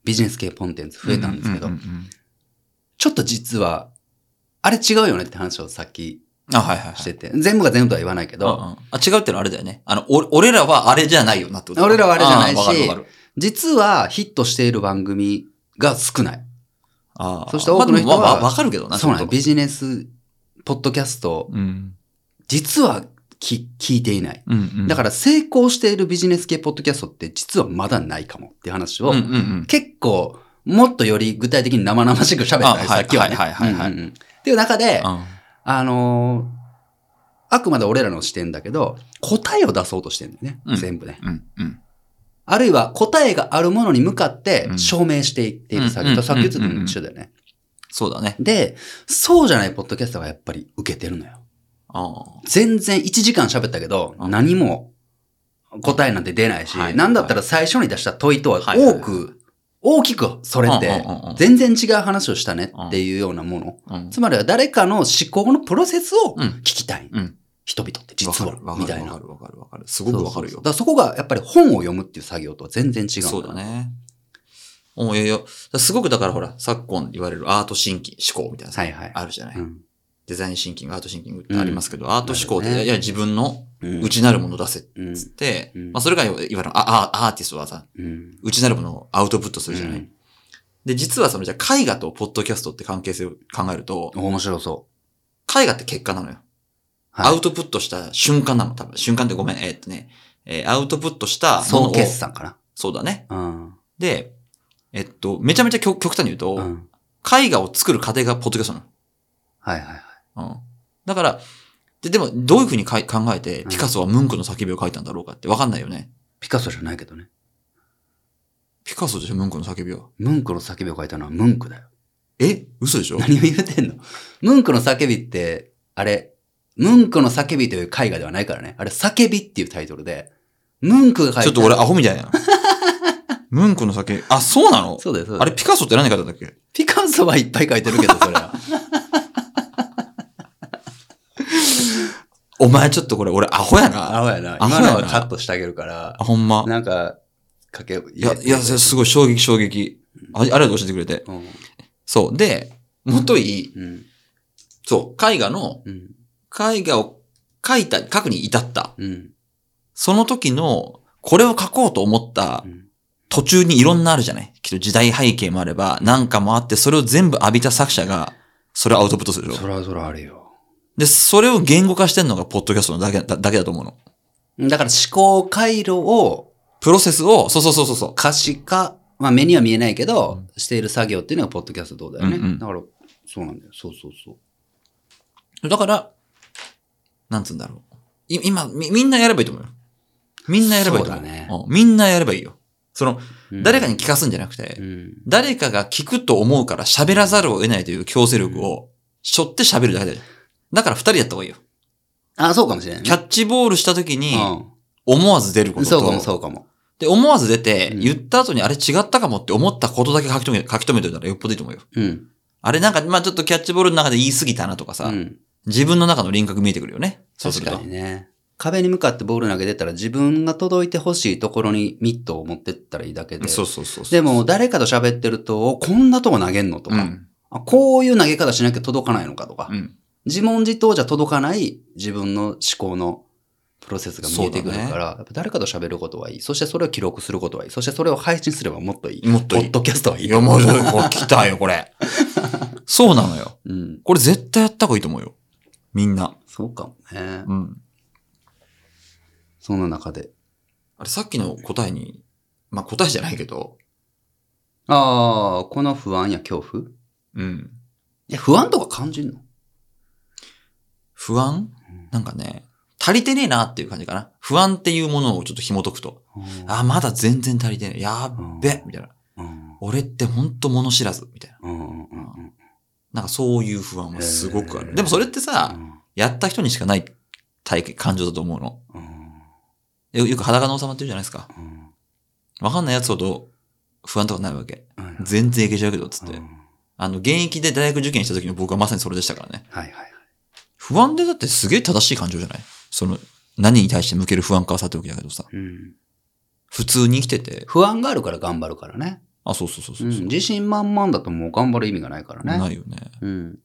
Speaker 1: ビジネス系コンテンツ増えたんですけど、
Speaker 2: うううんうん
Speaker 1: ちょっと実は、あれ違うよねって話をさっき
Speaker 2: あ、はいはいはい。
Speaker 1: してて、全部が全部とは言わないけ
Speaker 2: うんう
Speaker 1: ど、
Speaker 2: んあ、違うってのはあれだよね。あの、お俺らはあれじゃないよなってこと
Speaker 1: 俺らはあれじゃないし
Speaker 2: あーわかるわかる
Speaker 1: 実はヒットしている番組が少ない。
Speaker 2: あー
Speaker 1: そして多くの人は
Speaker 2: まあでもわわかるけどな、
Speaker 1: そうなんだ
Speaker 2: ちょっ
Speaker 1: ビジネス、ポッドキャスト
Speaker 2: と、うん。
Speaker 1: 実はき聞いていない。
Speaker 2: うんうん
Speaker 1: だから成功しているビジネス系ポッドキャストって実はまだないかもっていう話を、
Speaker 2: うんうんうん。
Speaker 1: 結構、もっとより具体的に生々しく喋ったよ
Speaker 2: あ
Speaker 1: さっきはね。
Speaker 2: はいはいはいはいはい
Speaker 1: うんうんうんっていう中で、
Speaker 2: うん
Speaker 1: あのーあくまで俺らの視点だけど、答えを出そうとしてるんだよね、
Speaker 2: うん
Speaker 1: 全部ね。
Speaker 2: うんうん。
Speaker 1: あるいは答えがあるものに向かって
Speaker 2: うん
Speaker 1: 証明していっている作業、
Speaker 2: うん
Speaker 1: さっき言ってた
Speaker 2: うん
Speaker 1: の一緒だよね。
Speaker 2: そうだね。
Speaker 1: で、そうじゃないポッドキャストがやっぱり受けてるのよ。
Speaker 2: あー
Speaker 1: 全然1時間喋ったけど、
Speaker 2: うん
Speaker 1: 何も答えなんて出ないし、
Speaker 2: はい
Speaker 1: なんだったら最初に出した問いとは
Speaker 2: はいはい
Speaker 1: 多く、大きくそれって
Speaker 2: うんうんうんうん、
Speaker 1: 全然違う話をしたねっていうようなもの。
Speaker 2: うん
Speaker 1: つまりは誰かの思考のプロセスを
Speaker 2: うん
Speaker 1: 聞きたい。
Speaker 2: うん
Speaker 1: 人々って実は
Speaker 2: わかるわ、かる
Speaker 1: みたいな
Speaker 2: わ。かるわかるわかる。すごくわか
Speaker 1: そうそ
Speaker 2: る
Speaker 1: うそう
Speaker 2: よ。
Speaker 1: だらそこがやっぱり本を読むっていう作業とは全然違うん
Speaker 2: そうだ。ね。おいやいや、だからすごくだからほら、昨今言われるアート新規思考みたいなさ、
Speaker 1: はいはい。
Speaker 2: あるじゃない、
Speaker 1: うん
Speaker 2: デザインシンキング、アートシンキングってありますけど、アート思考っ
Speaker 1: なるほど
Speaker 2: て、
Speaker 1: ね
Speaker 2: いやいや自分の
Speaker 1: うん
Speaker 2: 内なるものを出せっ
Speaker 1: うん
Speaker 2: つって、
Speaker 1: うんうん
Speaker 2: まあそれがいわゆるああアーティストはさ、
Speaker 1: うん
Speaker 2: 内なるものをアウトプットするじゃない、
Speaker 1: うん
Speaker 2: で、実はそのじゃあ絵画とポッドキャストって関係性を考えると、
Speaker 1: 面白そう。
Speaker 2: 絵画って結果なのよ。
Speaker 1: はい
Speaker 2: アウトプットした瞬間なの、多分。瞬間ってごめん、えーっとね、えーアウトプットしたもの
Speaker 1: 総
Speaker 2: を。
Speaker 1: 決算か
Speaker 2: そうだね。
Speaker 1: な。うん
Speaker 2: で、えっと、めちゃめちゃ極極端に言うと、
Speaker 1: うん。
Speaker 2: 絵画を作る過程がポッドキャストな
Speaker 1: はいはいはい。
Speaker 2: の。うん。だから、で、でも、どういうふうにかい考えて
Speaker 1: う、ん
Speaker 2: ピカソはムンクの叫びを書いたんだろうかってわかんないよね。
Speaker 1: ピカソじゃないけどね。
Speaker 2: ピカソでしょ、ムンクの叫びは。
Speaker 1: ムンクの叫びを書いたのはムンクだよ。
Speaker 2: え嘘でしょ
Speaker 1: 何を言うてんのムンクの叫びって、あれ、ムンクの叫びという絵画ではないからね。あれ、叫びっていうタイトルで、ムンクが書いた。
Speaker 2: ちょっと俺、アホみた いな。ムンクの叫び、あ、そうなの
Speaker 1: そうだよ、そうだ
Speaker 2: あ
Speaker 1: よ
Speaker 2: れ、ピカソって何書いたんだっけ
Speaker 1: ピカソはいっぱい書いてるけど、それ は。
Speaker 2: お前ちょっとこれ、俺アホやな。
Speaker 1: アホやな。
Speaker 2: アホ
Speaker 1: 今
Speaker 2: やな
Speaker 1: のはカットしてあげるから
Speaker 2: あ、、ほんま。
Speaker 1: なんか、かけ、い
Speaker 2: いや、いや、すごい衝撃衝撃。あありがとう教えてくれて。
Speaker 1: うん。
Speaker 2: そう。で、もとい、
Speaker 1: うん。
Speaker 2: そう、絵画の、
Speaker 1: うん。
Speaker 2: 絵画を描いた、描くに至った。
Speaker 1: うん。
Speaker 2: その時の、これを描こうと思った
Speaker 1: うん
Speaker 2: 途中にいろんなあるじゃないきっと時代背景もあれば、なんかもあって、それを全部浴びた作者が、それをアウトプットするでし
Speaker 1: そ
Speaker 2: ょ。
Speaker 1: らそらあるよ。
Speaker 2: で、それを言語化してんのが、ポッドキャストのだけだだけだと思うの。
Speaker 1: だから思考回路を
Speaker 2: プロセスを、そうそうそうそうそう。
Speaker 1: 可視化、まあ目には見えないけど、している作業っていうのがポッドキャストどうだよね。
Speaker 2: うんうん
Speaker 1: だから、そうなんだよ。そうそうそう。
Speaker 2: だから、なんつうんだろう。い今み、みんなやればいいと思うよ。みんなやればいいと思う。
Speaker 1: そうだね
Speaker 2: うんみんなやればいいよ。その、
Speaker 1: うん
Speaker 2: 誰かに聞かすんじゃなくて、
Speaker 1: うん。
Speaker 2: 誰かが聞くと思うから喋らざるを得ないという強制力を、しょって喋るだけだよ。だから二人やった方がいいよ。
Speaker 1: あ、そうかもしれないね。
Speaker 2: キャッチボールした時に、
Speaker 1: う
Speaker 2: 思わず出るこ
Speaker 1: ん。
Speaker 2: とと。
Speaker 1: そうかも、そうかも。
Speaker 2: で、思わず出て、
Speaker 1: うん
Speaker 2: 言った後にあれ違ったかもって思ったことだけ書き留め、書き留めといたらよっぽどいいと思うよ。
Speaker 1: うん。
Speaker 2: あれなんか、まあちょっとキャッチボールの中で言い過ぎたなとかさ、
Speaker 1: うん。
Speaker 2: 自分の中の輪郭見えてくるよね。そうす
Speaker 1: 確
Speaker 2: ると。
Speaker 1: かにね。壁に向かってボール投げてたら自分が届いてほしいところにミットを持ってったらいいだけで。
Speaker 2: そうそうそうそう。
Speaker 1: でも、誰かと喋ってると、おこんなとこ投げんのと
Speaker 2: う
Speaker 1: か、
Speaker 2: ん。
Speaker 1: あこういう投げ方しなきゃ届かないのかとか、
Speaker 2: うん。
Speaker 1: 自問自答じゃ届かない自分の思考のプロセスが見えてくるから、
Speaker 2: そうだ
Speaker 1: やっぱ誰かと喋ることはいい。そしてそれを記録することはいい。そしてそれを配信すればもっといい。
Speaker 2: もっといい
Speaker 1: ポッドキャストはいい。
Speaker 2: いや、もう、これ来たよ、これ。そうなのよ。
Speaker 1: うん。
Speaker 2: これ絶対やった方がいいと思うよ。みんな。
Speaker 1: そうかもね。
Speaker 2: うん。
Speaker 1: そんな中で。
Speaker 2: あれ、さっきの答えに、まあ、答えじゃないけど、
Speaker 1: ああ、この不安や恐怖い
Speaker 2: うん。
Speaker 1: や、不安とか感じんの
Speaker 2: 不安
Speaker 1: うん
Speaker 2: なんかね、足りてねえなっていう感じかな。不安っていうものをちょっと紐解くと。あ、まだ全然足りてない。やっべ、みたいな。
Speaker 1: うん
Speaker 2: 俺ってほんと物知らず、みたいな。
Speaker 1: うんうんうん
Speaker 2: なんかそういう不安はすごくあ
Speaker 1: へ
Speaker 2: る。
Speaker 1: ー
Speaker 2: でもそれってさ、
Speaker 1: うん
Speaker 2: やった人にしかない体験、感情だと思うの。
Speaker 1: うん
Speaker 2: よよく裸の王様って言うじゃないですか。
Speaker 1: うん
Speaker 2: わかんないやつほど不安とかないわけ。
Speaker 1: うん
Speaker 2: 全然いけちゃうけど、つっ
Speaker 1: う
Speaker 2: て
Speaker 1: ん。
Speaker 2: あの、現役で大学受験した時の僕はまさにそれでしたからね。
Speaker 1: はいはいはい。
Speaker 2: 不安でだってすげえ正しい感情じゃないその、何に対して向ける不安かはさておきだけどさ。
Speaker 1: うん
Speaker 2: 普通に生きてて、
Speaker 1: 不安があるから頑張るからね。
Speaker 2: あ、そうそうそうそうう。
Speaker 1: ん、自信満々だともう頑張る意味がないからね。
Speaker 2: ないよね。
Speaker 1: うん。
Speaker 2: だ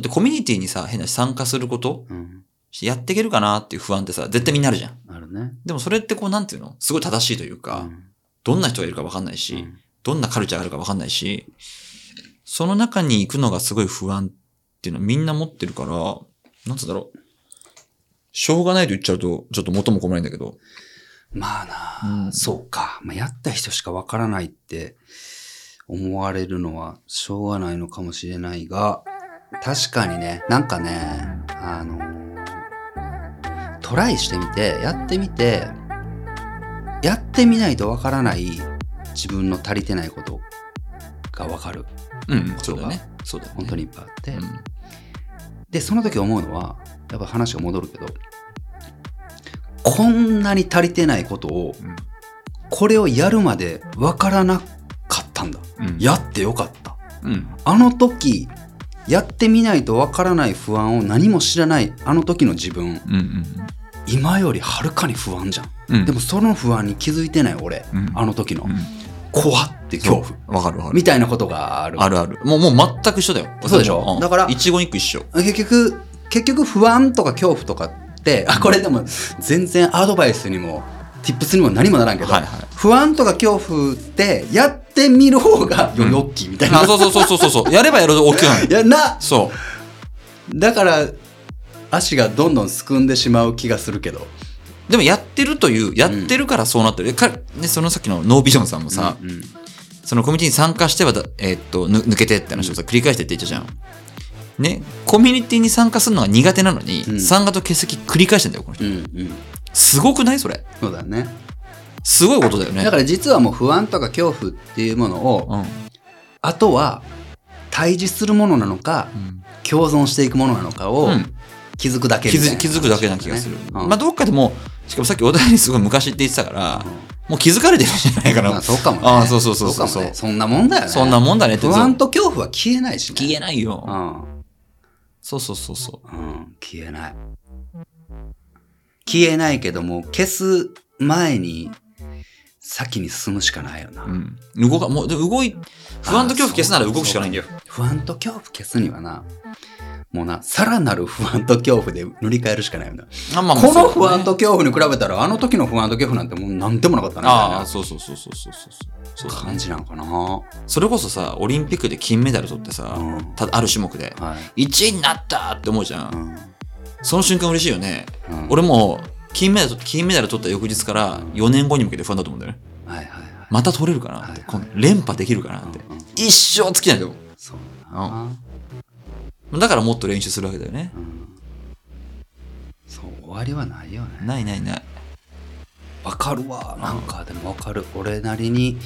Speaker 2: ってコミュニティにさ、変なし参加すること、
Speaker 1: うん。
Speaker 2: やっていけるかなっていう不安ってさ、絶対みんなあるじゃん。
Speaker 1: あるね。
Speaker 2: でもそれってこう、なんていうのすごい正しいというか、
Speaker 1: うん
Speaker 2: どんな人がいるかわかんないし、
Speaker 1: うん
Speaker 2: どんなカルチャーがあるかわかんないし、その中に行くのがすごい不安っていうのはみんな持ってるから、なんつうんだろう。しょうがないと言っちゃうと、ちょっと元も子もないんだけど。
Speaker 1: まあなあ、
Speaker 2: うん
Speaker 1: そうか。まあ、やった人しかわからないって思われるのはしょうがないのかもしれないが、確かにね、なんかね、あの、トライしてみて、やってみて、やってみないとわからない自分の足りてないことがわかる。
Speaker 2: うん、そうだよね。そうだよね。
Speaker 1: 本当にいっぱいあって。
Speaker 2: うん。
Speaker 1: で、その時思うのは、やっぱ話が戻るけど、こんなに足りてないことを、これをやるまでわからなかったんだ。
Speaker 2: うん。うん、
Speaker 1: やってよかった。
Speaker 2: うん。
Speaker 1: あの時、やってみないとわからない不安を何も知らないあの時の自分、
Speaker 2: うん。
Speaker 1: 今よりはるかに不安じゃん。
Speaker 2: うん。うん。
Speaker 1: でもその不安に気づいてない俺、
Speaker 2: うん
Speaker 1: あの時の
Speaker 2: う、ん、
Speaker 1: 怖って恐怖。
Speaker 2: 怖。わかるわかる。
Speaker 1: みたいなことがある。
Speaker 2: あるある。もう、もう全く一緒だよ。
Speaker 1: そうでしょ
Speaker 2: ん
Speaker 1: だから
Speaker 2: 一言一句一緒。
Speaker 1: 結局結局不安とか恐怖とかってあこれでも全然アドバイスにも tips にも何もならんけど、
Speaker 2: はいはい
Speaker 1: 不安とか恐怖ってやってみる方がより大きいみたいな、
Speaker 2: あ、そうそうそうそうそうそう。やればやるほど大きくなる。
Speaker 1: い やな
Speaker 2: そ
Speaker 1: だから足がどんどんすくんでしまう気がするけど
Speaker 2: う。でもやってるという、やってるからそうなってる。かね、そのさっきのノービジョンさんもさ、
Speaker 1: うんうん
Speaker 2: そのコミュニティに参加してはだ、えーっとぬ抜けてって話をさ繰り返してって言ったじゃん。ね、コミュニティに参加するのが苦手なのに、
Speaker 1: うん
Speaker 2: 参加と欠席繰り返してんだよ、この人。
Speaker 1: うんうん
Speaker 2: すごくないそれ。
Speaker 1: そうだね
Speaker 2: すごいことだよね。
Speaker 1: だから実はもう不安とか恐怖っていうものを
Speaker 2: うん
Speaker 1: あとは対峙するものなのか
Speaker 2: うん
Speaker 1: 共存していくものなのかを
Speaker 2: うん
Speaker 1: 気づくだけみ
Speaker 2: 気
Speaker 1: たいな
Speaker 2: づ気づくだけな気がする。
Speaker 1: うん
Speaker 2: まあ、どっかでも、しかもさっきお便りすごい昔って言ってたから、
Speaker 1: うん
Speaker 2: もう気づかれてるんじゃないか
Speaker 1: まあ、
Speaker 2: な。
Speaker 1: そうかもね。
Speaker 2: ああそうそうそうそう
Speaker 1: かもねそんなもんだよね。
Speaker 2: そんなもんだねって。
Speaker 1: 不安と恐怖は消えないしね。
Speaker 2: 消えないよ。
Speaker 1: うん。
Speaker 2: そうそうそうそう。
Speaker 1: うん。消えない。消えないけども、消す前に、先に進むしかないよな。
Speaker 2: うん、動かもうで動い不安と恐怖消すなら動くしかないんだよ。
Speaker 1: 不安と恐怖消すにはな、もうな、さらなる不安と恐怖で塗り替えるしかないよな。
Speaker 2: あまあまあ
Speaker 1: この
Speaker 2: そう
Speaker 1: 不
Speaker 2: だね
Speaker 1: 安と恐怖に比べたら、あの時の不安と恐怖なんてもう何でもなかった
Speaker 2: あ
Speaker 1: な、
Speaker 2: あ
Speaker 1: み
Speaker 2: そうそうそうそうそうそう
Speaker 1: たい
Speaker 2: そうだ
Speaker 1: な
Speaker 2: ね
Speaker 1: 感じなんかな。は
Speaker 2: それこそさオリンピックで金メダル取ってさ、
Speaker 1: うん
Speaker 2: たある種目で
Speaker 1: い。
Speaker 2: 1位になったって思うじゃん、
Speaker 1: うん。
Speaker 2: その瞬間嬉しいよね、
Speaker 1: うん
Speaker 2: 俺もう金メダル金メダル取った翌日から4年後に向けて不安だと思うんだよね
Speaker 1: はいはいはい。
Speaker 2: また取れるかなって、
Speaker 1: はい
Speaker 2: この連覇できるかなって、
Speaker 1: うんうん
Speaker 2: 一生尽きないんだよ
Speaker 1: そうだな。
Speaker 2: だからもっと練習するわけだよね
Speaker 1: うんそう終わりはないよね
Speaker 2: ないないない
Speaker 1: わかるわなんかでもわかる俺なりに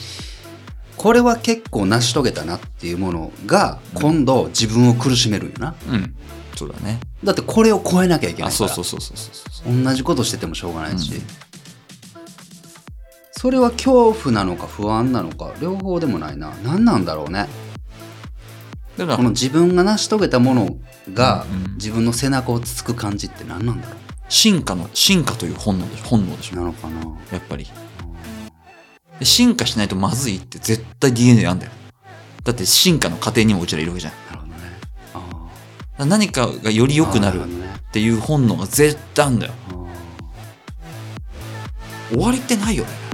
Speaker 1: これは結構成し遂げたなっていうものが今度自分を苦しめるんよな
Speaker 2: うんそうだね
Speaker 1: だってこれを超えなきゃいけないから
Speaker 2: あそうそうそうそうそうそう
Speaker 1: 同じことしててもしょうがないし、それは恐怖なのか不安なのか両方でもないな何なんだろうね
Speaker 2: だから
Speaker 1: この自分が成し遂げたものが
Speaker 2: うん
Speaker 1: 自分の背中をつつく感じって何なんだろ
Speaker 2: 進化の進化という本能でしょ本能でし
Speaker 1: う
Speaker 2: ょ
Speaker 1: なのかな
Speaker 2: やっぱりで進化しないとまずいって絶対 DNA あんだよだって進化の過程にもうちらいるわけじゃんだ
Speaker 1: な
Speaker 2: か
Speaker 1: るほどねあ
Speaker 2: ら何かがより
Speaker 1: ー
Speaker 2: 良くなる
Speaker 1: あーるほどね
Speaker 2: っていう本能が絶対あんだよ
Speaker 1: あー
Speaker 2: 終わりってないよね